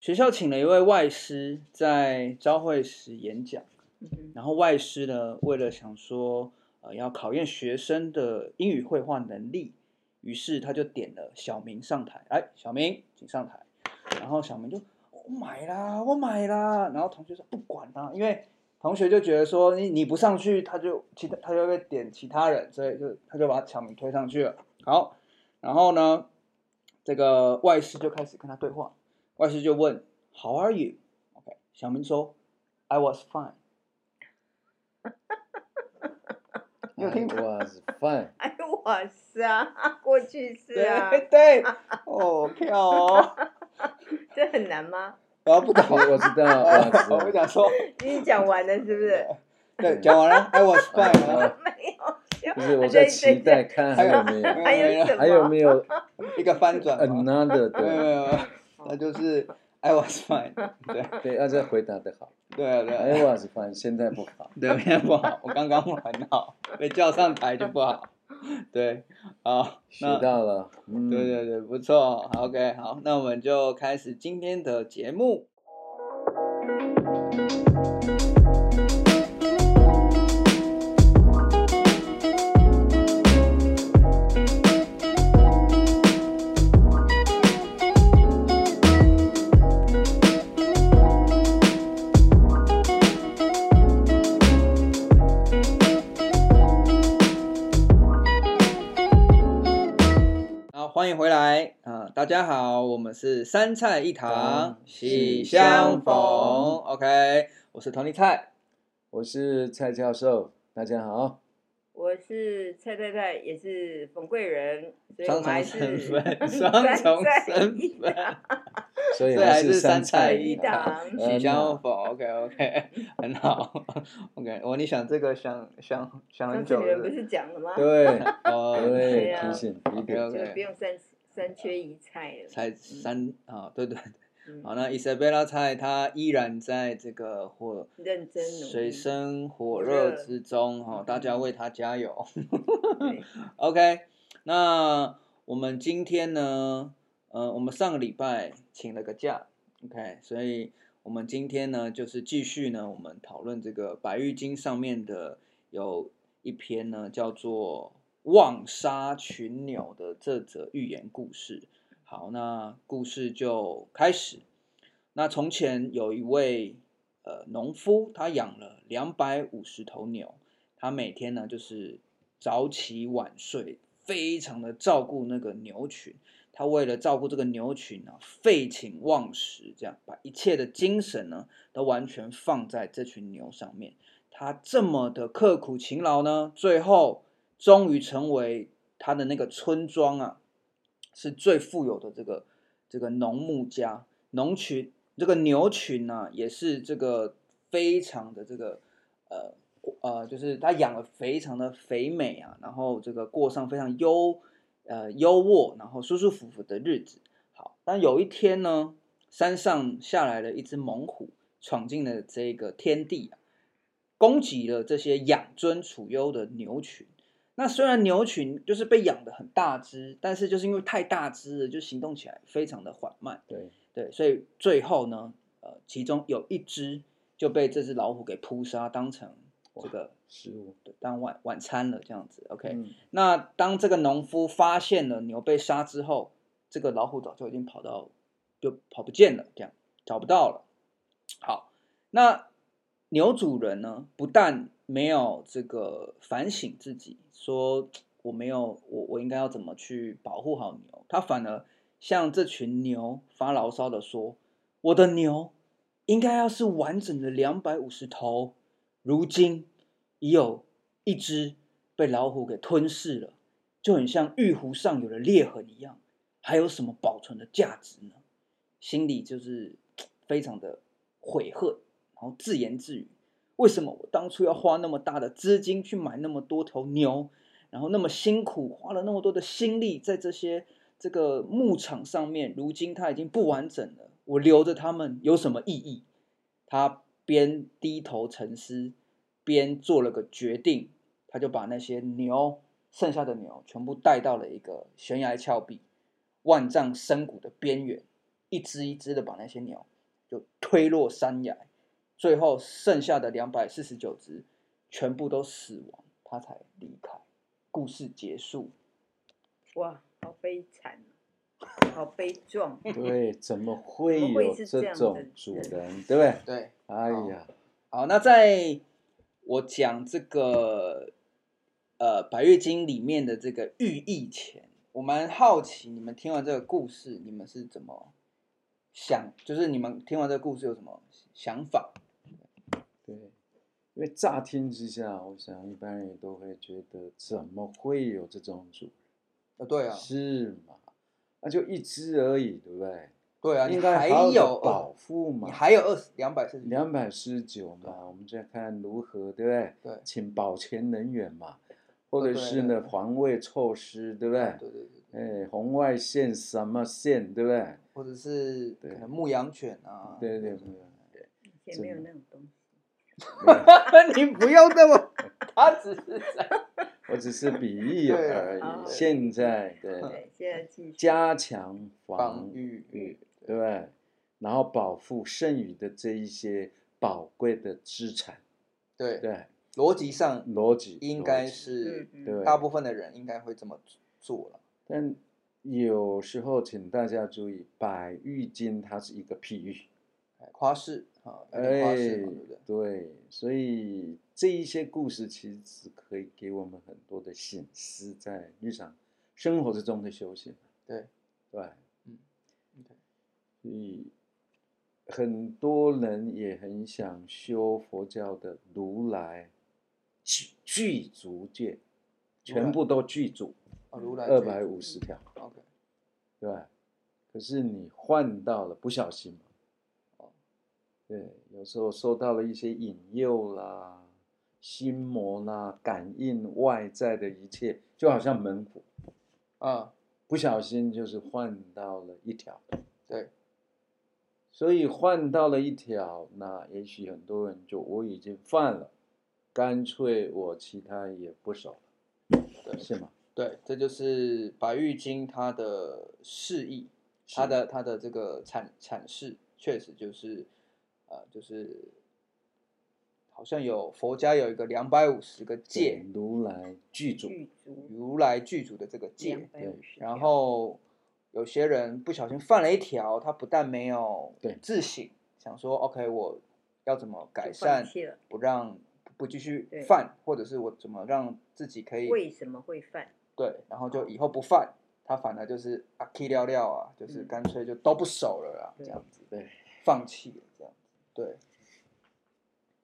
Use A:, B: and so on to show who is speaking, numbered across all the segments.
A: 学校请了一位外师在招会时演讲，
B: 嗯哼
A: 然后外师呢，为了想说呃要考验学生的英语绘画能力，于是他就点了小明上台，哎，小明请上台，然后小明就我买啦，我买啦，然后同学说不管啦，因为同学就觉得说你你不上去，他就其他他就会点其他人，所以就他就把小明推上去了。好，然后呢，这个外师就开始跟他对话，外师就问 How are you？OK，、小明说 I was fine。你
C: 哎
A: 有听过？
C: was fine。
B: 哎，我是啊，过去式啊，
A: 对 对，哦，跳哦，
B: 这很难吗？
A: 然后不 懂，
C: 我 我知道，
A: 我
C: 我
A: 跟
C: 知
A: 你
C: 道。
A: 讲说，
B: 你讲完了是不是？
A: 对，讲完了，I was fine 啊。
B: 没有，
C: 不是我在期待看
A: 还
C: 还
A: 有
C: 有没
B: 对。
C: 有，
B: 还有什么？
C: 还有没有
A: 一个翻转
C: 嗯
A: 嘛，
C: another
A: 没有没
C: 的？
A: 有，没有那就是 I was fine，对
C: 对，要再回答的好。哎
A: 对啊对啊
C: I was fine，现在不 好。
A: 对，没有不好，我刚刚很好，被叫上台就不好，对，好，
C: 学
A: 那
C: 到了，嗯，
A: 对对对，不错哦好，OK，好，那我们就开始今天的节目。好，欢迎回来啊、大家好，我们是三菜一汤
C: 堂，
A: 喜
C: 喜
A: 相
C: 相
A: 逢。
C: 逢
A: OK，我是童丽菜。
C: 我是蔡教授，大家好。
B: 我是蔡太太，也是冯贵人，所以我
A: 双
B: 们还
A: 重
B: 是
A: 身份， 双
B: 三
A: 重
B: 在
A: 身
B: 一
A: 份，
C: 所以
A: 所以还是
C: 是
A: 三菜
C: 菜
A: 一
C: 汤
B: 汤，
A: 喜
C: 嗯
A: 相逢。OK OK，很 好。OK，我你想这个想想想
B: 上
A: 很
B: 次
A: 久
B: 你们不
A: 了。
B: 是讲了吗？
C: 对
A: 哦，
B: 对
C: 对，
B: 啊
C: 提醒提点，
B: 就
A: OK
B: 不用三三缺一菜了。
A: 才三啊，对对。
B: 嗯
A: 好，那 Isabella 菜她依然在这个火
B: 认真努力。
A: 水深火
B: 火
A: 热
B: 热嗯
A: 之中哈，大家为她加油。
B: 对
A: OK，那我们今天呢，呃，我们上个礼拜请了个假，OK，所以我们今天呢，就是继续呢，我们讨论这个《白玉经》上面的有一篇呢，叫做《望沙群鸟》的这则寓言故事。好，那故事就开始。那从前有一位呃农夫，他养了两百五十头牛，他每天呢就是早起晚睡，非常的照顾那个牛群。他为了照顾这个牛群啊，废寝忘食，这样把一切的精神呢都完全放在这群牛上面。他这么的刻苦勤劳呢，最后终于成为他的那个村庄啊，是最富有的这个这个农牧家，农群这个牛群呢、也是这个非常的这个呃呃，就是他养的非常的肥美啊，然后这个过上非常优呃优渥，然后舒舒服服的日子。好，但有一天呢，山上下来了一只猛虎，闯进了这个天地啊，攻击了这些养尊处优的牛群。那虽然牛群就是被养的很大只，但是就是因为太大只了，就行动起来非常的缓慢。
C: 对，
A: 对，所以最后呢，呃，其中有一只就被这只老虎给扑杀，当成这个
C: 食物。
A: 对当晚晚餐了，这样子。OK，、
C: 嗯
A: 那当这个农夫发现了牛被杀之后，这个老虎早就已经跑到，就跑不见了，这样找不到了。好，那牛主人呢，不但没有这个反省自己，说我没有我我应该要怎么去保护好牛，他反而向这群牛发牢骚的说，我的牛应该要是完整的两百五十头，如今已有一只被老虎给吞噬了，就很像玉壶上有了裂痕一样，还有什么保存的价值呢？心里就是嘖非常的悔恨，然后自言自语：为什么我当初要花那么大的资金去买那么多头牛，然后那么辛苦花了那么多的心力在这些这个牧场上面，如今它已经不完整了，我留着它们有什么意义？他边低头沉思，边做了个决定，他就把那些牛剩下的牛全部带到了一个悬崖峭壁、万丈深谷的边缘，一只一只的把那些鸟就推落山崖，最后剩下的两百四十九只全部都死亡，他才离开。故事结束。
B: 哇，好悲惨，哦好悲壮。
C: 对，怎么会
B: 怎么会
C: 有
B: 是这
C: 这
B: 样的
C: 种
B: 人
C: 主人，对不对？
A: 对，
C: 哎呀，
A: 好，那在我讲这个呃《百月经》里面的这个寓意前，我蛮好奇你们听完这个故事，你们是怎么想？就是你们听完这个故事有什么想法？
C: 对，因为乍听之下，我想一般人也都会觉得，怎么会有这种主
A: 呃、对
C: 人？
A: 啊，
C: 是嘛？那就一只而已，对不对？
A: 对啊，你
C: 应该
A: 还
C: 好好地
A: 有
C: 保
A: 二，
C: 护嘛
A: 你。还有二十两百四十
C: 两百四十九
A: 对
C: 嘛，我们再看如何，对不对？
A: 对呃
C: 请保全人员嘛，或者
A: 对
C: 是
A: 对
C: 呢
A: 对
C: 防卫措施，对不对？
A: 对对对，
C: 哎，红外线什么线，对不对？
A: 或者是可
C: 对
A: 能牧羊犬啊，
C: 对对
A: 或者
C: 对，
B: 以前没有那种东西，
A: 你不要那么，他只是在
C: 我只是比喻
A: 对啊
C: 而
B: 哦
C: 已。现在对，
B: 对，现在继续
C: 加强防
A: 防
C: 御，
A: 御，
C: 对不对？然后保护剩余的这一些宝贵的资产，
A: 对，
C: 对，
A: 逻辑上
C: 逻辑
A: 应该，
C: 逻辑
A: 是
B: 嗯
C: 对
A: 大部分的人应该会这么做了。
C: 但有时候请大家注意，百玉金它是一个譬喻。
A: 哎夸饰啊，有点夸
C: 哎
A: 饰嘛，对不对？
C: 对，所以这一些故事其实可以给我们很多的醒思，在日常生活之中的修行。
A: 对，
C: 对，
A: 嗯，OK
C: 所以很多人也很想修佛教的如来具具足戒，全部都具足，
A: 啊，如来
C: 二百五十条，
A: ，OK，
C: 对吧？可是你换到了不小心嘛，
A: 哦
C: 对，有时候受到了一些引诱啦、心魔啦、感应外在的一切，就好像猛虎，
A: 啊，
C: 不小心就是换到了一条，
A: 对，
C: 所以换到了一条，那也许很多人就我已经犯了，干脆我其他也不守了，
A: 对
C: 是吗？
A: 对，这就是《白玉经》它的释义，它
C: 是
A: 的它的这个阐阐释，确实就是，呃，就是好像有佛家有一个两百五十个戒
C: 对，如来具足，
B: 具足
A: 如来具足的这个戒，
B: 两百五十条，
A: 然后有些人不小心犯了一条，他不但没有
C: 对
A: 自省，想说 OK 我要怎么改
B: 就放
A: 善，
B: 弃了。
A: 不让不继续
B: 对
A: 犯，或者是我怎么让自己可以
B: 为什么会犯？
A: 对，然后就以后不犯，他反而就是啊 k 掉掉啊，就是
B: 嗯
A: 干脆就都不守了啦，这
B: 对
A: 样子
C: 对，
A: 放弃了这样子，对。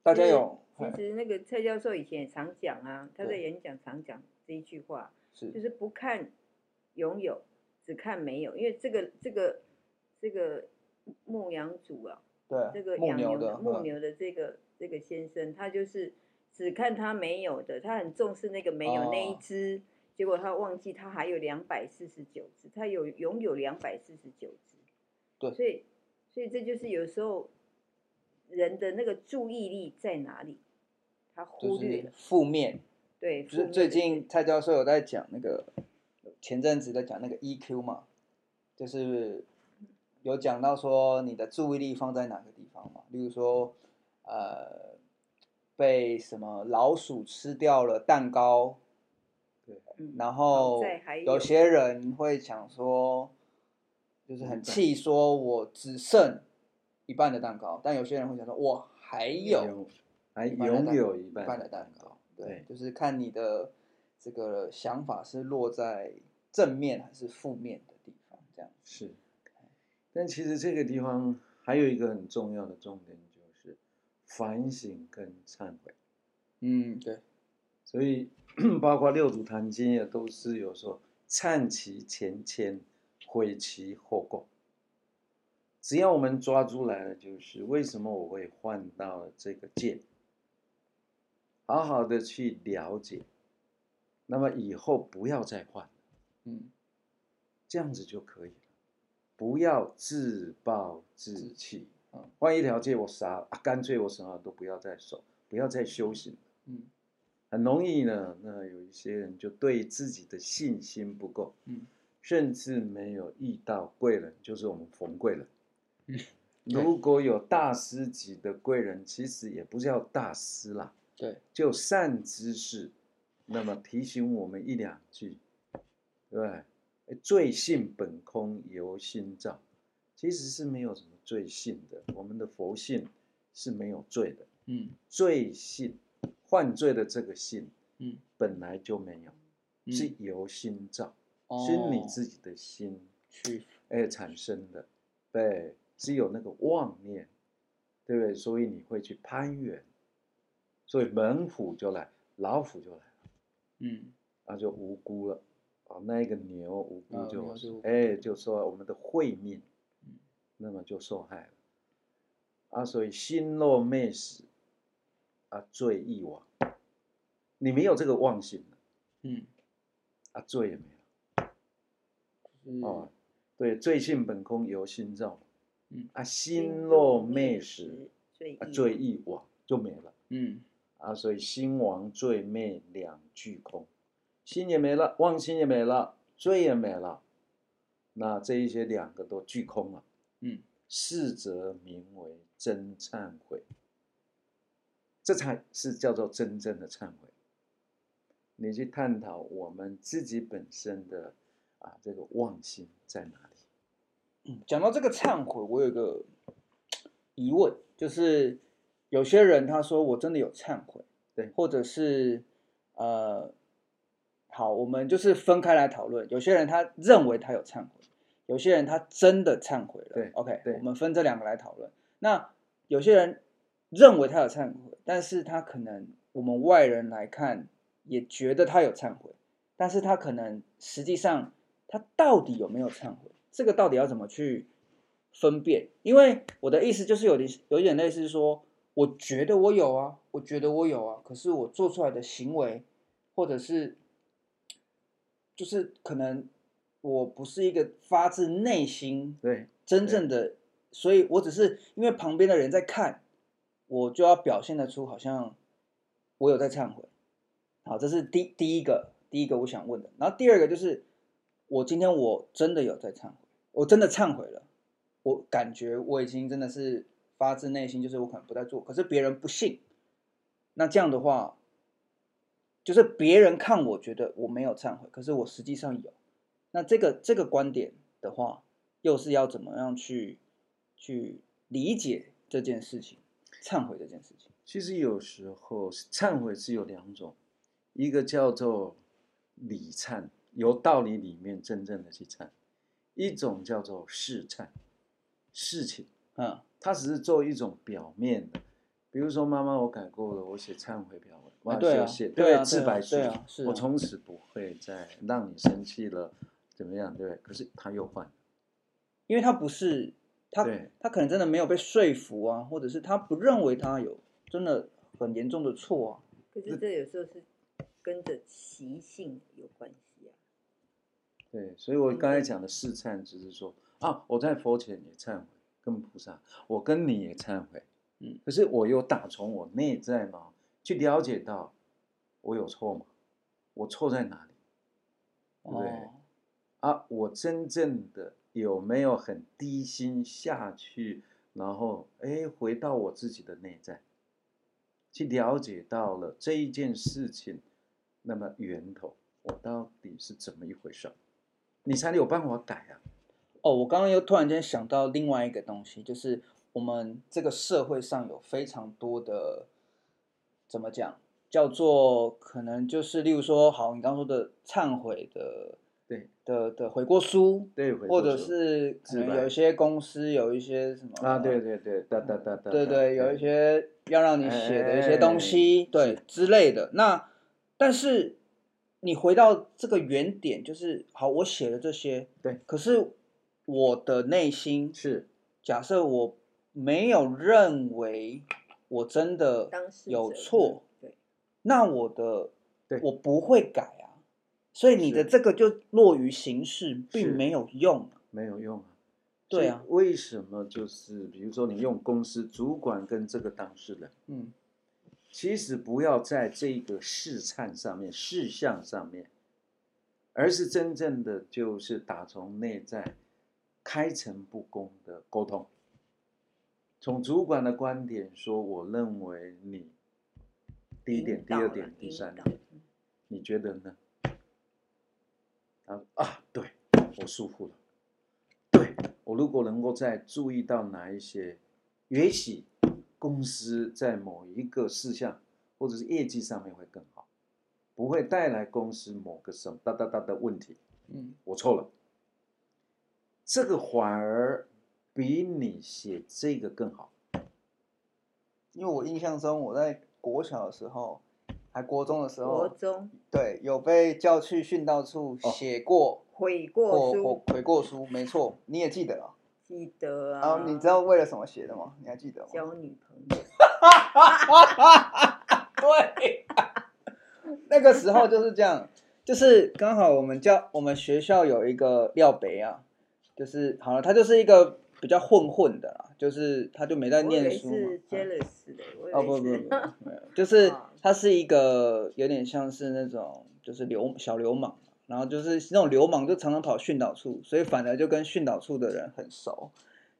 A: 大家
B: 其实
A: 有嘿
B: 其实那个蔡教授以前也常讲啊，他在
A: 哎对
B: 演讲常讲这一句话，
A: 哎
B: 就是是不看拥有，只看没有，因为这个这个这个牧羊主啊，这个
A: 对牧
B: 养
A: 牛
B: 的
A: 的
B: 牧
A: 嗯
B: 牛的这个这个先生，他就是只看他没有的，他很重视那个没有那一
A: 哦
B: 只，结果他忘记他还有两百四十九只，他有拥有两百四十九只，
A: 对
B: 所以所以这就是有时候人的那个注意力在哪里，他
A: 就
B: 忽略
A: 是
B: 了，
A: 负面
B: 对，负
A: 最
B: 面
A: 最
B: 的
A: 近蔡教授有在讲那个，前阵子在讲那个 EQ 嘛，就是有讲到说你的注意力放在哪个地方嘛，例如说，呃，被什么老鼠吃掉了蛋糕，
B: 嗯
A: 然
B: 好
A: 后
B: 在还
A: 有
B: 有
A: 些人会想说，就是很气，说我只剩一半的蛋糕，但有些人会想说我还有。
C: 还
A: 一半的
C: 拥
A: 蛋
C: 有一
A: 一
C: 半
A: 半的
C: 的
A: 蛋
C: 蛋
A: 糕
C: 糕，。
A: 对
C: 对，
A: 就是看你的这个想法是落在正面还是负面的地方，这样。
C: 是，但其实这个地方还有一个很重要的重点，就是反省跟忏悔。
A: 嗯，对，
C: 所以 包括六祖坛经也都是有说忏其前愆，悔其后过。只要我们抓出来了，就是为什么我会换到了这个界，好好的去了解，那么以后不要再换。
A: 嗯，
C: 这样子就可以了，不要自暴自弃
A: 自嗯。
C: 换一条戒，我啥啊，干脆我什么都不要再守，不要再修行。
A: 嗯，
C: 很容易呢，那有一些人就对自己的信心不够，
A: 嗯，
C: 甚至没有遇到贵人，就是我们冯贵人，
A: 对
C: 如果有大师级的贵人，其实也不叫大师啦，
A: 对，
C: 就善知识，那么提醒我们一两句，对不对，罪性本空，由心造，其实是没有什么罪性的，我们的佛性是没有罪的，
A: 嗯
C: 罪性犯罪的这个性
A: 嗯，
C: 本来就没有，
A: 嗯
C: 是由心造，
A: 哦
C: 是你自己的心
A: 去
C: 而产生的，对，只有那个妄念，对不对？所以你会去攀援，所以猛虎就来，老虎就来，
A: 嗯
C: 那就无辜了。啊，那一个牛无
A: 啊
C: 辜就
A: 牛就无辜
C: 哎、就说我们的慧命
A: 嗯，
C: 那么就受害了。啊，所以心若昧死，啊罪亦亡。你没有这个妄心了
A: 嗯，
C: 啊罪也没了
A: 就是
C: 哦。对，罪性本空，由心造。
A: 嗯
C: 啊，心若昧死，，
B: 罪
C: 啊，
B: 意
C: 罪一亡就没了
A: 嗯
C: 啊，所以心亡罪灭两俱空，心也没了，妄心也没了，罪也没了，那这一些两个都俱空了。
A: 嗯，
C: 是则名为真忏悔，这才是叫做真正的忏悔。你去探讨我们自己本身的啊这个妄心在哪里？
A: 嗯，讲到这个忏悔，我有一个疑问，就是有些人他说我真的有忏悔，
C: 对
A: 或者是呃，好，我们就是分开来讨论。有些人他认为他有忏悔，有些人他真的忏悔了。
C: 对
A: ，OK，
C: 对
A: 我们分这两个来讨论。那有些人认为他有忏悔，但是他可能我们外人来看也觉得他有忏悔，但是他可能实际上他到底有没有忏悔，这个到底要怎么去分辨？因为我的意思就是有点有点类似说，我觉得我有啊，我觉得我有啊，可是我做出来的行为，或者是就是可能我不是一个发自内心
C: 对，
A: 真正的，所以我只是因为旁边的人在看，我就要表现得出好像我有在忏悔。好，这是第第一个，第一个我想问的。然后第二个就是，我今天我真的有在忏悔，我真的忏悔了，我感觉我已经真的是发自内心，就是我可能不在做，可是别人不信。那这样的话，就是别人看我觉得我没有忏悔，可是我实际上有。那这个这个观点的话，又是要怎么样去去理解这件事情，忏悔这件事情？
C: 其实有时候忏悔是有两种，一个叫做理忏，由道理里面真正的去忏；一种叫做事忏，事情，
A: 嗯
C: 它只是做一种表面的。比如说，妈妈，我改过了，我写忏悔表文，我
A: 啊
C: 要
A: 对啊
C: 谢谢，
A: 对
C: 不
A: 啊对啊
C: 自白书，
A: 对啊是啊
C: 我从此不会再让你生气了，怎么样，对不对？可是他又换了，
A: 因为他不是他
C: 对，
A: 他可能真的没有被说服啊，或者是他不认为他有真的很严重的错啊。
B: 可是这有时候是跟着习性有关系啊。
C: 对，所以我刚才讲的试忏，只是说啊，我在佛前也忏悔，跟菩萨，我跟你也忏悔，
A: 嗯，
C: 可是我又打从我内在嘛，去了解到我有错嘛，我错在哪里对
A: 哦，
C: 啊？我真正的有没有很低心下去，然后哎，回到我自己的内在，去了解到了这一件事情，那么源头，我到底是怎么一回事儿，你才有办法改啊。
A: 哦，我刚刚又突然间想到另外一个东西，就是我们这个社会上有非常多的怎么讲，叫做可能就是例如说，好，你刚刚说的忏悔的，
C: 对
A: 的的悔过书，
C: 对，回
A: 或
C: 过
A: 者
C: 头
A: 是可
C: 自
A: 能
C: 白
A: 有一些公司有一些什么
C: 啊，对对对，哒哒哒哒，
A: 嗯对对，有一些要让你写的一些东西，
C: 哎
A: 对
C: 是
A: 之类的。那但是你回到这个原点，就是好，我写了这些，
C: 对，
A: 可是我的内心
C: 是
A: 假设我没有认为我真的
B: 当事者嗯
A: 有错，，
B: 对，
A: 那我的
C: 对
A: 我不会改啊，所以你的
C: 是
A: 这个就落于形式，
C: 是
A: 并没有用啊。
C: 没有用啊。
A: 对
C: 所以
A: 啊
C: 为什么就是比如说你用公司主管跟这个当事人，
A: 嗯
C: 其实不要在这个事项上面、事项上面，而是真正的就是打从内在、开诚布公的沟通。从主管的观点说，我认为你第一点、
B: 引
C: 第
B: 导了
C: 二点、第
B: 引
C: 三
B: 导
C: 点，你觉得呢？他说啊，对我疏忽了，对我如果能够再注意到哪一些，也许公司在某一个事项或者是业绩上面会更好，不会带来公司某个什么哒哒哒的问题。
D: 嗯
C: 我错了，这个反而比你写这个更好。
A: 因为我印象中，我在国小的时候，还国中的时候，
B: 国中
A: 对，有被叫去训导处
C: 哦
A: 写过
B: 悔
A: 过过
B: 过书，
A: 悔过书，没错，你也记得啊。
B: 记得
A: 然
B: 啊
A: 后，你知道为了什么写的吗？你还记得吗？
B: 交女朋友，
A: 对，那个时候就是这样，就是刚好我们教我们学校有一个廖北啊，就是好了，他就是一个比较混混的啦，就是他就没在
B: 我以
A: 念
B: 为
A: 书嘛哎嗯
B: 是。jealous 的，我以
A: 哦不
B: 为
A: 不
B: 是
A: 不， 没有就是
B: 哦
A: 他是一个有点像是那种就是流小流氓，然后就是那种流氓就常常跑训导处，所以反而就跟训导处的人很熟，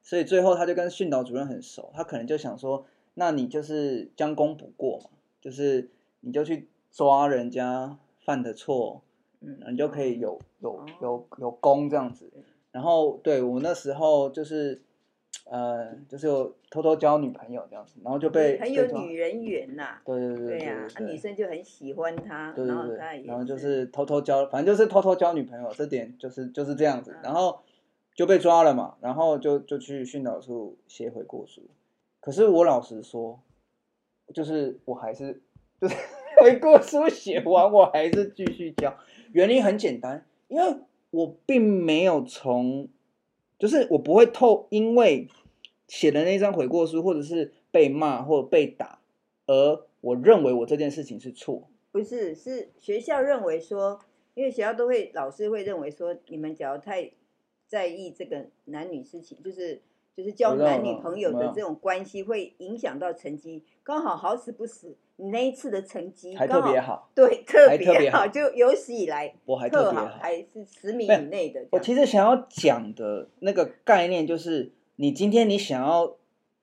A: 所以最后他就跟训导主任很熟，他可能就想说，那你就是将功补过嘛，就是你就去抓人家犯的错，
B: 嗯
A: 你就可以有有
B: 哦
A: 有有功这样子
B: 对。
A: 然后对我那时候就是，呃，就是有偷偷交女朋友这样子，然后就被
B: 很有
A: 被抓
B: 女人缘呐，
A: 对对对
B: 对
A: 对
B: 呀，啊女
A: 对
B: 生就很喜欢他，
A: 对对
B: 然后
A: 对
B: 他也，
A: 然后就是偷偷交，反正就是偷偷交女朋友，这点就是就是这样子，
B: 嗯
A: 然后就被抓了嘛，然后就就去训导处写悔过书。可是我老实说，就是我还是就是 悔过书写完，我还是继续交。原因很简单，因为我并没有从，就是我不会透，因为写的那张悔过书，或者是被骂或者被打，而我认为我这件事情是错。
B: 不是，是学校认为说，因为学校都会，老师会认为说，你们只要太在意这个男女事情，就是就是交
A: 我知道
B: 男
A: 我
B: 女
A: 知道
B: 朋友
A: 我知
B: 的
A: 道
B: 这种关系，会影响到成绩。刚好好死不死，你那一次的成绩
A: 还特
B: 刚
A: 别
B: 好，
A: 好，
B: 对，特
A: 还特别
B: 好，
A: 好
B: 就有史以来
A: 我还特
B: 特
A: 别
B: 好，
A: 好。
B: 还是十名
A: 没有
B: 以内的这样。
A: 我其实想要讲的那个概念就是，你今天你想要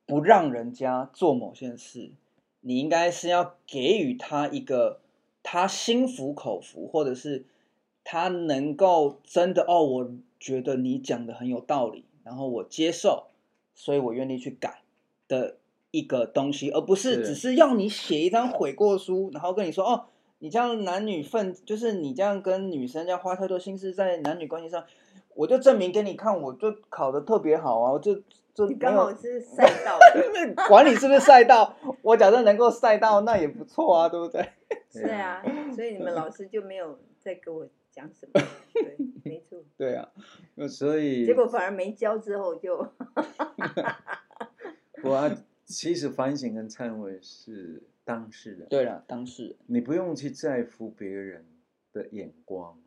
A: 不让人家做某件事，你应该是要给予他一个他心服口服，或者是他能够真的哦，我觉得你讲的很有道理，然后我接受，所以我愿意去改的一个东西，而不是
C: 是
A: 只是要你写一张悔过书，然后跟你说哦，你这样男女分，就是你这样跟女生要花太多心思在男女关系上，我就证明给你看，我就考得特别好啊，我就就
B: 你
A: 没
B: 刚
A: 有
B: 好是赛道的，
A: 管你是不是赛道，我假设能够赛道，那也不错啊，对不对？
B: 是啊，所以你们老师就没有再跟我讲什么，对，没错。
A: 对啊，
C: 所以
B: 结果反而没交之后就。
C: 我要其实反省跟忏悔是当事人，
A: 对了，当事人，
C: 你不用去在乎别人的眼光，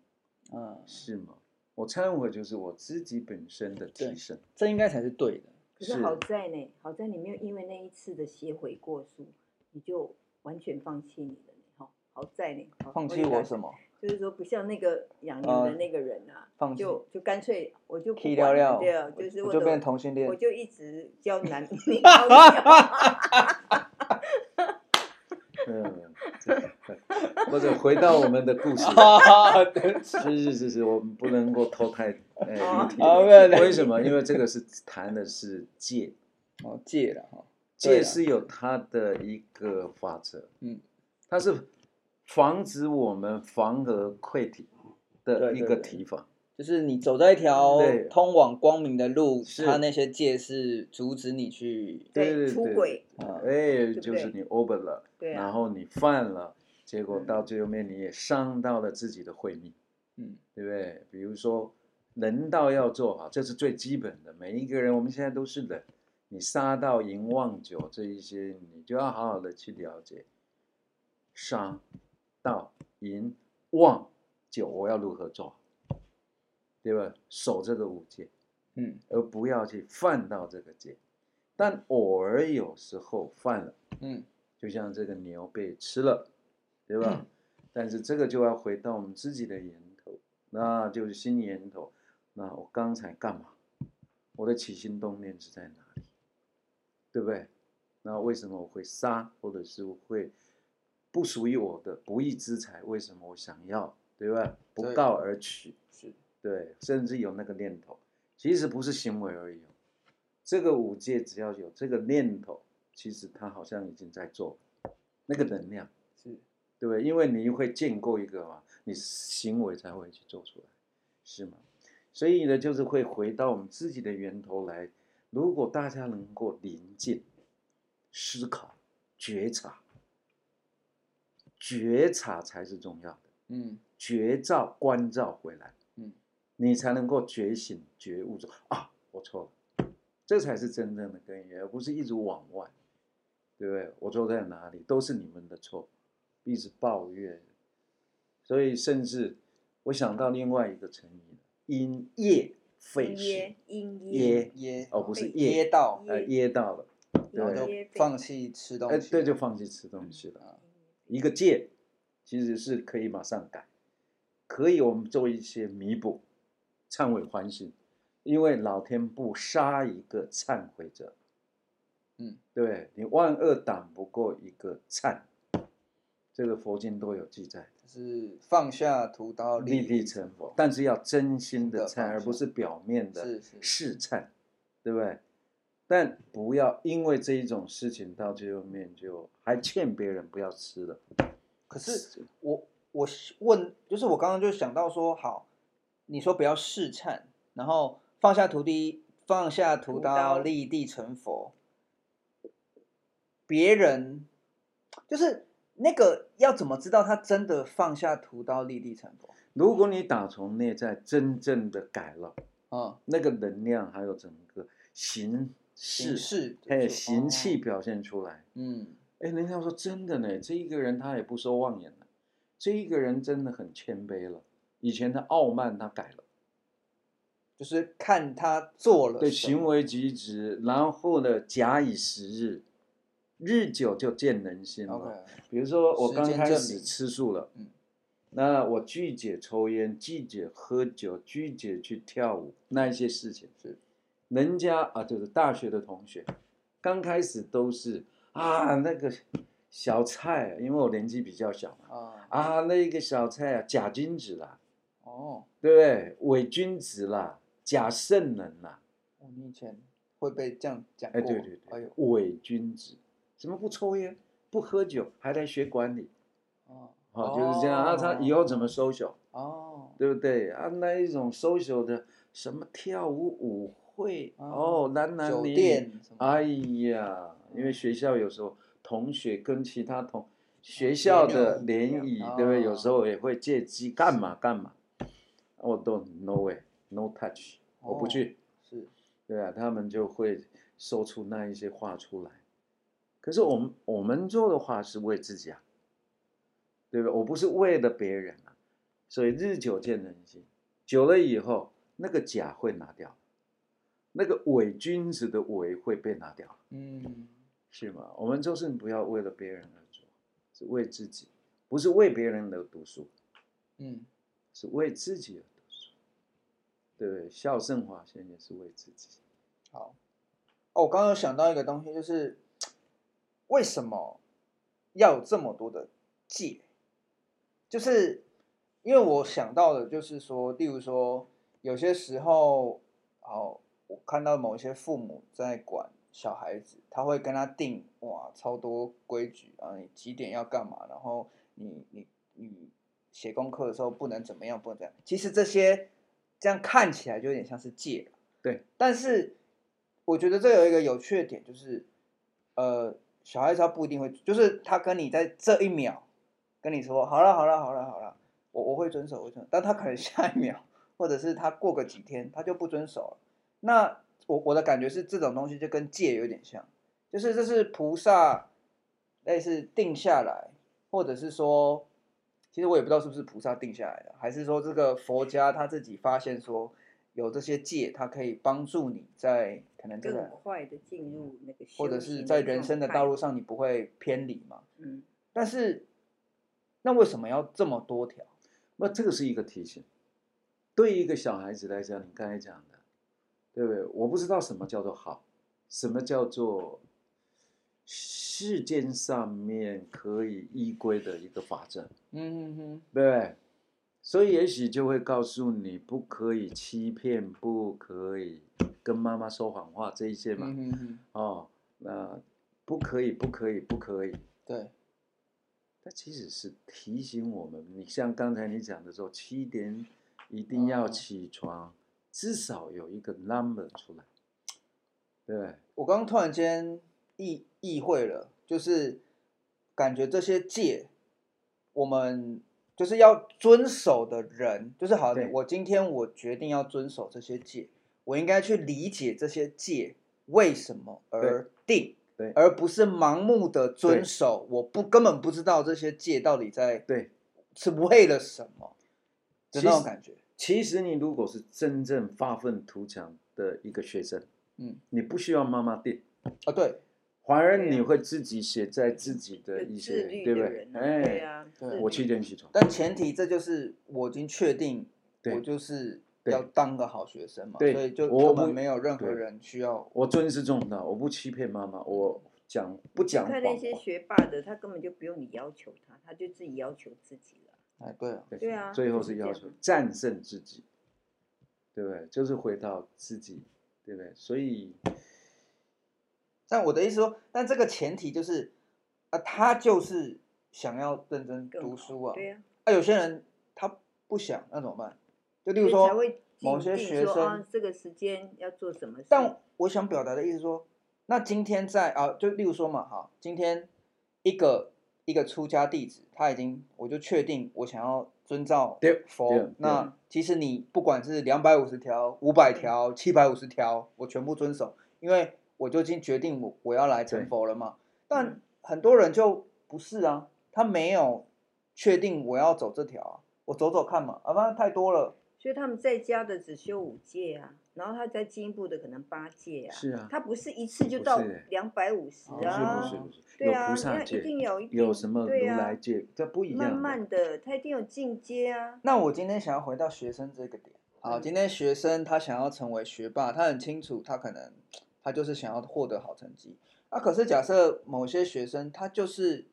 A: 嗯，
C: 是吗？我忏悔就是我自己本身的提升，
A: 这应该才是对的。
B: 可是
C: 是
B: 好在呢，好在你没有因为那一次的写悔过书，你就完全放弃你了呢，哈，好在呢，好
A: 放弃我什
B: 么？
A: 么？
B: 就是说不像那个养牛的
A: 呃
B: 那个人啊，
A: 放弃
B: 就就干脆我就不
A: 踢掉
B: 管
A: 掉，
B: 了对啊，就是
A: 我
B: 我
A: 就
B: 都
A: 变同性恋
B: 我。就一直教男，你教教
C: 嗯，这或者回到我们的故事，
A: 啊，对不起
C: 是是是是，我们不能够偷太哎
B: 哦
C: 离题。
A: 啊，没有
C: 为
A: 对
C: 什么？因为这个是谈的是戒，
A: 哦，戒了哈。对
C: 戒
A: 啊
C: 是有它的一个法则，
A: 嗯，
C: 它是防止我们防而溃体的
A: 对
C: 一
A: 对
C: 个
A: 对
C: 提法。
A: 就是你走在一 条
B: 啊
C: 对
A: 通往光明的路，
C: 是
A: 它那些戒是阻止你去
C: 对对
B: 出
C: 对
B: 轨，
A: 啊，
C: 哎，
B: 不
C: 就是
B: 对
C: 你 over 了，
B: 对
C: 然
B: 啊，
C: 后你犯了，结果
B: 嗯
C: 到最后面你也伤到了自己的慧命，
A: 嗯，
C: 对不对？比如说人道要做好，这是最基本的。每一个人我们现在都是人，你杀盗淫妄酒这一些，你就要好好的去了解，杀盗淫妄酒我要如何做好，对吧？守这个五戒，
A: 嗯
C: 而不要去犯到这个戒。但偶尔有时候犯了。
A: 嗯，
C: 就像这个牛被吃了，对吧？但是这个就要回到我们自己的源头，那就是心源头。那我刚才干嘛？我的起心动念是在哪里？对不对？那为什么我会杀，或者是我会不属于我的不义之财？为什么我想要，对吧？不
A: 对
C: 告而取，
A: 是
C: 对，甚至有那个念头，其实不是行为而已哦。这个五戒只要有这个念头，其实他好像已经在做那个能量，
A: 是
C: 对不对？因为你会建构一个嘛，你行为才会去做出来，是吗？所以呢，就是会回到我们自己的源头来。如果大家能够临近、思考、觉察，觉察才是重要的。
A: 嗯
C: 觉照、关照回来，
A: 嗯，
C: 你才能够觉醒、觉悟说啊，我错了，这才是真正的根源，而不是一直往外，对不对？我错在哪里，都是你们的错，一直抱怨，所以甚至我想到另外一个成语，因业废
B: 因
C: 食
B: 噎，因
C: 噎
B: 噎，
A: 噎
C: 哦，不是
B: 被
C: 噎
A: 噎到，
C: 呃噎到了，
A: 然后
C: 对
A: 就
B: 噎被
A: 放弃吃东
C: 哎，
A: 西，
C: 对，就放弃吃东西了。
A: 啊，
C: 一个戒，其实是可以马上改，可以我们做一些弥补、忏悔反省，因为老天不杀一个忏悔者，
A: 嗯，
C: 对你万恶挡不过一个忏，这个佛经都有记载，
A: 就是放下屠刀
C: 立地成佛，但是要真心的
A: 真的
C: 忏，
A: 放下
C: 而不是表面的
A: 是是
C: 试忏，对不对？但不要因为这一种事情到最后面就还欠别人不要吃了，
A: 可是我我问，就是我刚刚就想到说，好，你说不要试忏，然后放下徒弟，放下屠
B: 屠
A: 刀，
B: 刀
A: 立地成佛。别人就是那个要怎么知道他真的放下屠刀，立地成佛？
C: 如果你打从内在真正的改了，
A: 嗯，
C: 那个能量还有整个形
A: 形
C: 式，
A: 式，
C: 还有
A: 就
C: 形气，
A: 哦
C: 表现出来。
A: 嗯，
C: 哎、人家说真的呢，这一个人他也不说妄言了，这一个人真的很谦卑了。以前的傲慢他改了，
A: 就是看他做了
C: 对
A: 什么
C: 行为举止，然后呢，假以时日，日久就见人心了。
A: ，OK，
C: 比如说我刚
A: 时间
C: 开
A: 证
C: 始
A: 明
C: 吃素了，
A: 嗯
C: 那我拒绝抽烟，拒绝喝酒，拒绝去跳舞那一些事情
A: 是，
C: 人家啊就是大学的同学，刚开始都是啊那个小菜，啊因为我年纪比较小嘛，
A: 啊，
C: 啊那个小菜啊假君子啦，
A: 哦，
C: 对不对？伪君子啦，假圣人啦，
A: 哦你以前会被这样讲
C: 哎
A: 过？
C: 对对对，
A: 哎呦，
C: 伪君子，怎么不抽烟不喝酒还来学管理？
A: 哦，
C: 哦，就是这样啊，他以后怎么 social？
A: 哦，
C: 对不对？啊，那一种 social 的什么跳舞舞会、
A: 啊
C: 哦，男男
A: 酒
C: 女女
A: 店，什么
C: 哎呀，因为学校有时候同学跟其他同
A: 哦
C: 学校的联谊，
A: 啊
C: 对不对？有
A: 哦
C: 时候也会借机干嘛干嘛，我都 no way no touch，我不
A: 哦
C: 去，
A: 是
C: 对啊，他们就会说出那一些话出来。可是我们我们做的话是为自己啊，对吧？我不是为了别人啊，所以日久见人心，久了以后，那个假会拿掉，那个伪君子的伪会被拿掉，
A: 嗯，
C: 是吗？我们就是不要为了别人而做，是为自己，不是为别人而读书，
A: 嗯，
C: 是为自己而读书，对不对？孝圣华先也是为自己，
A: 好。哦，我刚刚有想到一个东西，就是为什么要有这么多的戒？就是因为我想到的，就是说，例如说，有些时候，哦，我看到某些父母在管小孩子，他会跟他定哇超多规矩啊，你几点要干嘛，然后你你你写功课的时候不能怎么样，不能怎样。其实这些这样看起来就有点像是戒了
C: 对，
A: 但是我觉得这有一个有趣的点，就是呃，小孩子他不一定会，就是他跟你在这一秒跟你说好了，好了，好了，好了，我我会遵守，我会遵守，但他可能下一秒，或者是他过个几天，他就不遵守了。那我我的感觉是，这种东西就跟戒有点像，就是这是菩萨类似定下来，或者是说，其实我也不知道是不是菩萨定下来的，还是说这个佛家他自己发现说有这些戒，它可以帮助你在可能这
B: 更
A: 个
B: 快的进入那个修
A: 或者
B: 行
A: 是
B: 的
A: 在人生的
B: 状态
A: 道路，上你不会偏离嘛。
B: 嗯，
A: 但是那为什么要这么多条？
C: 那这个是一个提醒，对一个小孩子来讲，你刚才讲的，对不对？我不知道什么叫做好，什么叫做世间上面可以依归的一个法则，
A: 嗯哼哼，
C: 对不对？所以也许就会告诉你，不可以欺骗，不可以跟妈妈说谎话这一些嘛，
A: 嗯哼哼，
C: 哦，那、不可以，不可以，不可以。
A: 对，
C: 它其实是提醒我们，你像刚才你讲的时候，七点一定要
A: 哦
C: 起床，至少有一个 number 出来，对不对？
A: 我刚刚突然间意意会了，就是感觉这些戒，我们就是要遵守的人，就是好，
C: 对
A: 我今天我决定要遵守这些戒，我应该去理解这些戒为什么而定，
C: 对
A: 而不是盲目的遵守，我不根本不知道这些戒到底在
C: 对，
A: 是为了什么的那
C: 其
A: 种
C: 实
A: 感觉，
C: 其实你如果是真正发愤图强的一个学生，
A: 嗯，
C: 你不需要妈妈定，
A: 啊，对，
C: 反而
B: 对啊
C: 你会自己写在自己的
B: 有
C: 一
B: 自
C: 些，
B: 律
C: 对
B: 的
C: 不
B: 人啊，对
C: 哎，
B: 啊，
A: 对
B: 自
C: 我
B: 律
C: 七点起床，
A: 但前提这就是我已经确定
C: 对
A: 我就是
C: 对
A: 要当个好学生嘛，所
C: 对
A: 以就
C: 我
A: 根本
C: 我
A: 没有任何
C: 对
A: 人需要。
C: 我尊师重道，我不欺骗妈妈，我讲不
B: 你
C: 讲
B: 看
C: 谎
B: 那
C: 话，
B: 些学霸的，他根本就不用你要求他，他就自己要求自己了。
A: 哎，对了，
C: 对
B: 对啊
C: 最后
B: 就是
C: 是
B: 这
C: 要
B: 样
C: 求
B: 啊
C: 战胜自己，对不对？就是回到自己，对不对？所以
A: 但我的意思说，但这个前提就是啊，他就是想要认真
B: 更
A: 读
B: 好
A: 书啊。
B: 对呀、
A: 啊，有些人他不想，那怎么办？就例
B: 啊，
A: 如
B: 所以才
A: 说，
B: 会
A: 某些
B: 禁定
A: 学
B: 说
A: 生
B: 啊，这个时间要做什么事。
A: 但我想表达的意思说，那今天在啊，就例如说嘛，哈，今天一个一个出家弟子，他已经我就确定我想要遵照
C: 对对
A: 佛
C: 对。
A: 那其实你不管是两百五十条、五百条、七百五十条，我全部遵守，因为我就已经决定我我要来成
C: 对
A: 佛了嘛。但
B: 嗯
A: 很多人就不是啊，他没有确定我要走这条啊，我走走看嘛，啊，反正太多了。
B: 所以他们在家的只修五戒啊，然后他再进一步的可能八戒啊。
C: 是啊，
B: 他不是一次就
C: 不
B: 到
C: 是欸
B: 两百五十
A: 不
C: 不是
B: 啊，
C: 不是不是，
B: 对
C: 有
B: 啊，
C: 菩萨
B: 那一定
C: 戒，
B: 有一定
C: 有什么如
B: 对啊
C: 来戒，这不一
B: 慢
C: 样的。
B: 慢的，他一定有进阶 啊。
A: 那我今天想要回到学生这个点。好，
B: 嗯
A: 今天学生他想要成为学霸，他很清楚，他可能他就是想要获得好成绩。那、可是假设某些学生他就是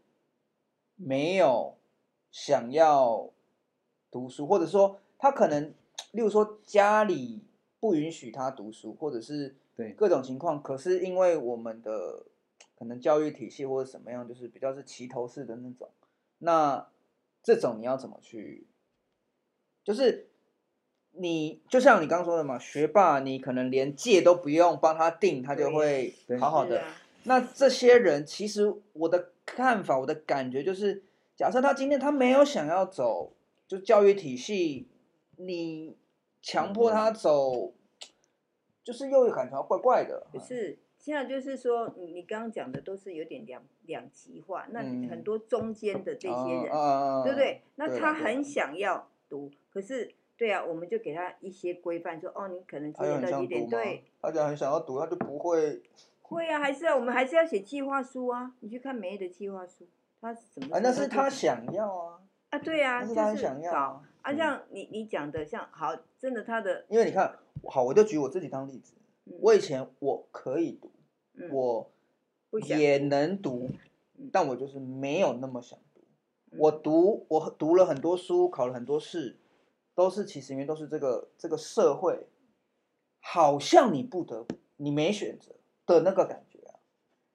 A: 没有想要读书，或者说他可能，例如说家里不允许他读书，或者是
C: 对
A: 各种情况，可是因为我们的可能教育体系或者什么样，就是比较是齐头式的那种，那这种你要怎么去？就是你就像你刚刚说的嘛，学霸你可能连借都不用帮他定，他就会
C: 对
A: 好好
B: 是
A: 的。
B: 啊，
A: 那这些人其实我的看法，我的感觉就是，假设他今天他没有想要走，就教育体系，你强迫他走，就是又感觉怪怪的。啊
B: 可是现在就是说，你你刚刚讲的都是有点两两极化，那
A: 嗯
B: 很多中间的这
C: 哦
B: 些
A: 啊
B: 人，对不？
A: 啊啊
B: 对？
A: 对
B: 那
A: 啦
B: 他
A: 对啦
B: 很想要读，可是对啊，我们就给他一些规范，说哦，你可能几
A: 他又
B: 点
A: 很
B: 到
A: 想
B: 几点，
A: 读吗
B: 对，？
A: 他讲很想要读，他就不会。
B: 会啊，还是要我们还是要写计划书啊。你去看梅的计划书，他怎么？
A: 啊，那是他
B: 他就
A: 想要啊，
B: 啊，对啊，
A: 那
B: 就是
A: 他很想要
B: 搞
A: 啊。
B: 啊，像你你讲的，像好，真的他的，
A: 因为你看，好，我就举我自己当例子，
B: 嗯
A: 我以前我可以读，
B: 嗯
A: 我
B: 不想
A: 也能读
B: 嗯，
A: 但我就是没有那么想读。
B: 嗯
A: 我读我读了很多书，考了很多试，都是其实因为都是这个这个社会，好像你不得不你没选择的那个感觉啊。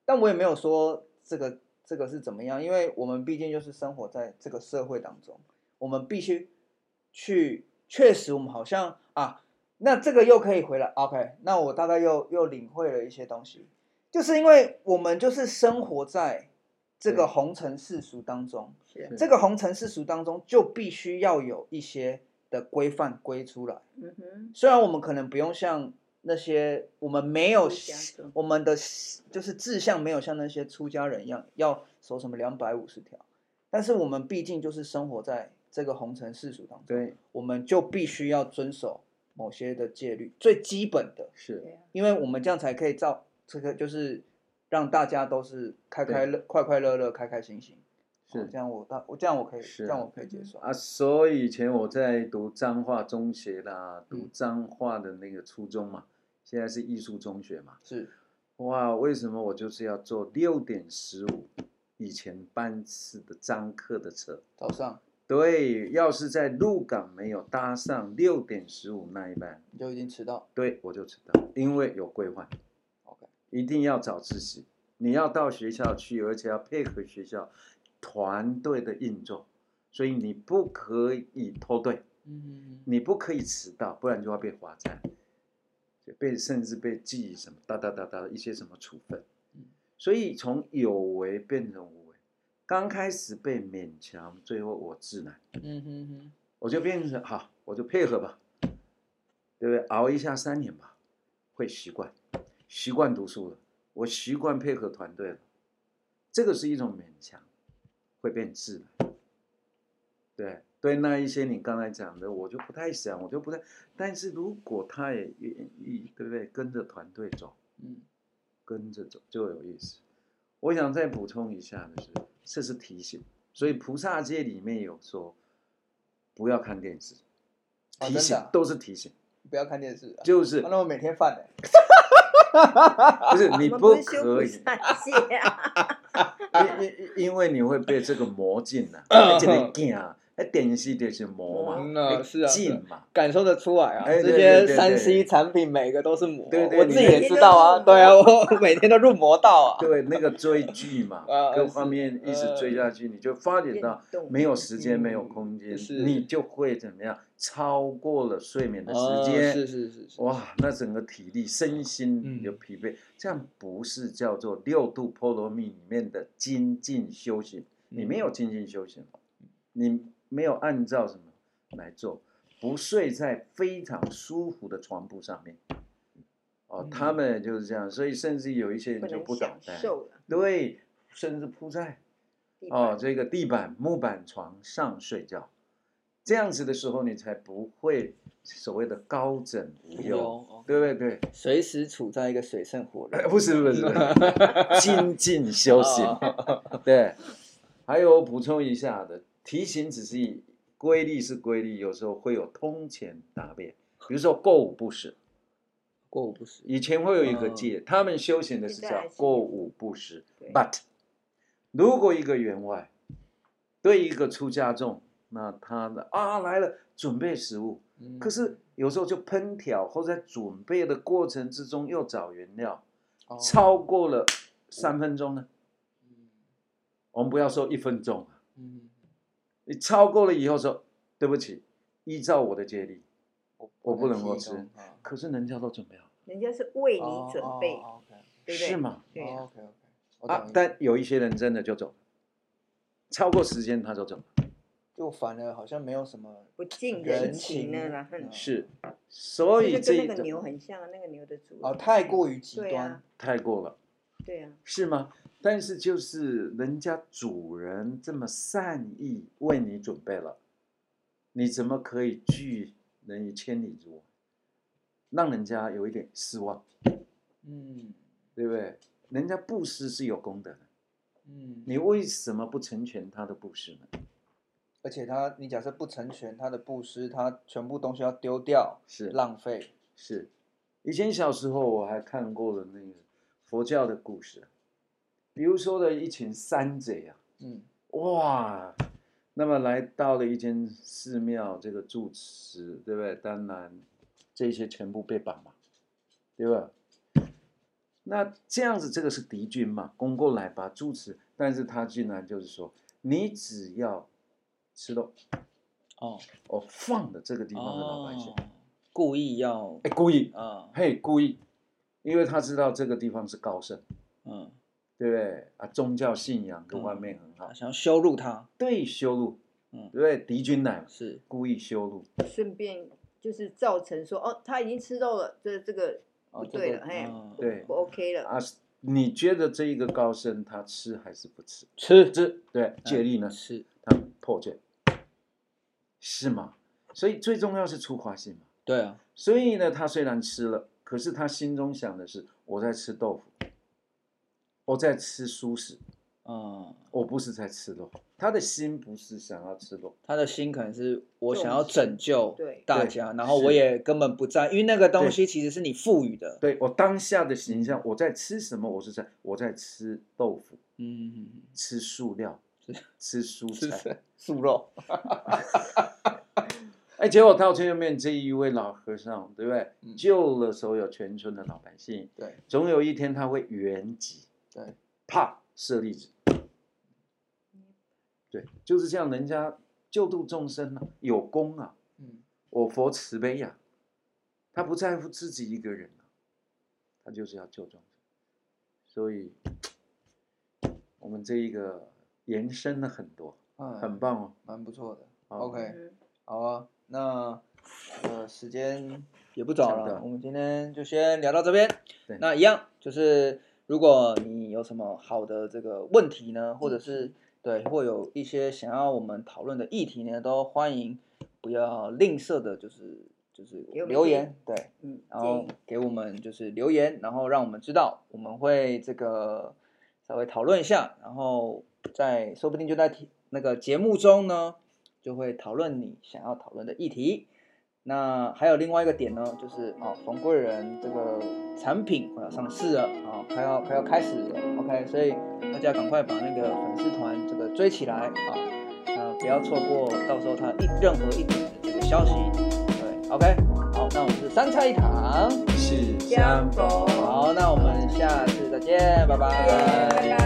A: 但我也没有说这个这个是怎么样，因为我们毕竟就是生活在这个社会当中，我们必须去确实我们好像啊，那这个又可以回来，OK，那我大概又又领会了一些东西，就是因为我们就是生活在这个
C: 对
A: 红尘世俗当中，
B: 是啊
C: 是
A: 这个红尘世俗当中就必须要有一些的规范归出来。
B: 嗯哼，
A: 虽然我们可能不用像那些我们没有
B: 出家众
A: 我们的就是志向没有像那些出家人一样要守什么两百五十条，但是我们毕竟就是生活在这个红尘世俗当中，
C: 对，
A: 我们就必须要遵守某些的戒律，最基本的，
C: 是
B: 对啊，
A: 因为我们这样才可以造这个就是让大家都是开开乐快快乐乐开开心心。哦
C: 是
A: 这样我大我这样我可以
C: 是
A: 这
C: 啊
A: 样我可以
E: 嗯
A: 接受。
C: 啊。所以以前我在读彰化中学啦，读
A: 嗯
C: 彰化的那个初中嘛，现在是艺术中学嘛。
A: 是
C: 哇，为什么我就是要坐六点十五以前班次的张客的车？
E: 早上
C: 对，要是在鹿港没有搭上六点十五那一班，
E: 你就已经迟到，
C: 对我就迟到，因为有规划。
E: OK
C: 一定要早自习，你要到学校去，而且要配合学校团队的运作，所以你不可以脱队。
E: 嗯，
C: 你不可以迟到，不然就要被罚站，就被甚至被记什么哒哒哒哒一些什么处分
E: 嗯。
C: 所以从有为变成无为，刚开始被勉强，最后我自然，
E: 嗯哼哼，
C: 我就变成好，我就配合吧，对不对？熬一下三年吧，会习惯，习惯读书了，我习惯配合团队了，这个是一种勉强，会变自然。对对，那一些你刚才讲的，我就不太想，我就不太。但是如果他也愿意，对不对？跟着团队走，
E: 嗯，
C: 跟着走就有意思。我想再补充一下的是，这是提醒。所以菩萨界里面有说，不要看电视，
E: 哦
C: 提
E: 真的
C: 醒、
E: 啊
C: 都是提醒，
E: 不要看电视啊，
C: 就是
E: 啊那我每天犯的，
C: 不是你
B: 我们
C: 不
B: 是修
C: 可
B: 菩
C: 以，
B: 萨戒 啊，
C: 因因因为你会被这个魔禁 呐、啊，这个镜啊，那电视就是魔嘛，
E: 嗯啊是啊是啊
C: 禁嘛，
E: 感受得出来啊，
C: 哎
E: 这
C: 对对
E: 些
C: 对
E: 三
C: 对
E: C 产品每个都是魔，
C: 对对
E: 我
C: 你
E: 自己
C: 每
E: 也
B: 天
E: 知
B: 都
E: 道
B: 入
E: 啊，
B: 魔
E: 对啊，我每天都入魔道啊，
C: 对，那个追剧嘛
E: 啊，
C: 各
E: 是
C: 方面一直追下去，你就发觉
B: 变
C: 到
B: 动
C: 没有时间、没有
E: 嗯
C: 空间，
E: 是
C: 你就会怎么样？超过了睡眠的
E: 哦
C: 时间，
E: 是是是是，
C: 哇，那整个体力、身心
E: 嗯
C: 有疲惫，这样不是叫做六度波罗蜜里面的精进修行？你没有精进修行，哦你没有按照什么来做，不睡在非常舒服的床铺上面。哦，
E: 嗯
C: 他们就是这样，所以甚至有一些人
B: 不
C: 就
B: 能
C: 不懂哎
B: 享受了。
C: 对，甚至铺在
B: 地
C: 哦
B: 板
C: 这个地板、木板床上睡觉，这样子的时候，你才不会所谓的高枕无忧，
E: 有，
C: 对不对？对，
E: 随时处在一个水深火热
C: 哎，，不是不是，不 是精进修行， 对。还有我补充一下的，提醒只是一规律是规律，有时候会有通前大便，比如说过午不食，
E: 过午不食，
C: 以前会有一个
E: 嗯
C: 戒，他们修行的是
B: 现在
C: 叫
B: 还是
C: 过午不食
B: 对。
C: But 如果一个员外对一个出家众，那他的啊来了准备食物，
E: 嗯
C: 可是有时候就烹调或者在准备的过程之中又找原料，
E: 哦
C: 超过了三分钟呢，
E: 嗯
C: 我们不要说一分钟啊，
E: 嗯，
C: 你超过了以后说对不起，依照我的戒律，
E: 我
C: 我不能
E: 提
C: 够
E: 供
C: 吃
E: 啊
C: 可是人家都准备好，
B: 人家是为
E: 哦
B: 你准备，
E: 哦，OK，
B: 对不对？
C: 是吗？
B: 对啊
E: OK OK，
C: 啊，但有一些人真的就走了，超过时间他就走了。
E: 就反而好像没有什么，
B: 不近
E: 人
B: 人情
E: 情
B: 了啦，哼
E: 嗯
C: 是，所以
B: 这就跟哦那
C: 这一
B: 个
C: 种
B: 牛很像啊，那个牛的主人
E: 哦，太过于极
B: 对
E: 端
B: 啊，，
C: 太过了，
B: 对啊，
C: 是吗？但是就是人家主人这么善意为你准备了，你怎么可以拒人于千里之外，让人家有一点失望，
E: 嗯
C: 对不对？人家布施是有功德的，
E: 嗯，
C: 你为什么不成全他的布施呢？
E: 而且他，你假设不成全他的布施，他全部东西要丢掉，
C: 是
E: 浪费，
C: 是，以前小时候我还看过了那个佛教的故事，比如说的一群山贼啊，
E: 嗯
C: 哇，那么来到了一间寺庙，这个住持，对不对？当然，这些全部被绑嘛，对吧？那这样子，这个是敌军嘛，攻过来把住持，但是他竟然就是说，你只要吃肉，
E: 哦，
C: 我放了这个地方的老百姓，
E: 哦故意要
C: 哎、故意，
E: 啊，
C: 嘿，故意，因为他知道这个地方是高僧，
E: 嗯，
C: 对不对？啊，宗教信仰各方面很好，
E: 想要羞辱他，
C: 对修路，
E: 嗯
C: 对不对？敌军来嘛，
E: 是，
C: 故意修路，
B: 顺便就是造成说，哦，他已经吃肉了，这这个
E: 哦
B: 不
E: 这
B: 对
E: 个
B: 了，哎
E: 嗯，
C: 对
B: 不 OK 了，
C: 啊，你觉得这一个高僧他吃还是不吃？嗯
E: 吃
C: 吃，对，戒律呢？
E: 吃，
C: 他破戒，是吗？所以最重要是出发心嘛。
E: 对啊，
C: 所以呢，他虽然吃了，可是他心中想的是我在吃豆腐，我在吃素食，
A: 嗯，
C: 我不是在吃肉，他的心不是想要吃肉，
A: 他的心可能是我
B: 重
A: 想要拯救
B: 对
A: 大
C: 对
A: 家，然后
C: 是
A: 我也根本不在，因为那个东
C: 对
A: 西其实是你赋予的。
C: 对我当下的形象，我在吃什么？我是在我在吃豆腐，
A: 嗯，
C: 吃塑料， 吃蔬
A: 是
C: 菜。
A: 素肉，
C: 哎，结果到最后面这一位老和尚，对不对？
A: 嗯
C: 救了所有全村的老百姓，
A: 对，
C: 总有一天他会圆寂。
A: 对，
C: 啪，舍利子。对，就是这样，人家救度众生啊，有功啊，
A: 嗯，
C: 我佛慈悲呀、他不在乎自己一个人啊，他就是要救众生。所以，我们这一个延伸了很多，
A: 嗯，
C: 很棒哦。
A: 蛮不错的。
C: 好
A: OK，
B: 嗯
A: 好啊，那呃时间也不早
C: 差不
A: 了，
C: 多
A: 我们今天就先聊到这边
C: 对。
A: 那一样就是，如果你有什么好的这个问题呢，或者是对或有一些想要我们讨论的议题呢，都欢迎不要吝啬的，就是就是
B: 给我们
A: 留
B: 建议
A: 言，对，
B: 嗯，
A: 然
B: 建
A: 后
C: 哦
B: 议
A: 给我们就是留言，然后让我们知道，我们会这个稍微讨论一下，然后再说不定就在题那个节目中呢，就会讨论你想要讨论的议题。那还有另外一个点呢，就是哦，冯贵人这个产品快要上市了啊、快要快要开始了，OK，所以大家赶快把那个粉丝团这个追起来啊、那不要错过到时候他一任何一点的这个消息，对，OK，好，那我们是三菜一汤，
C: 是
B: 江佛
A: 好，那我们下次再见，拜拜
B: 拜拜。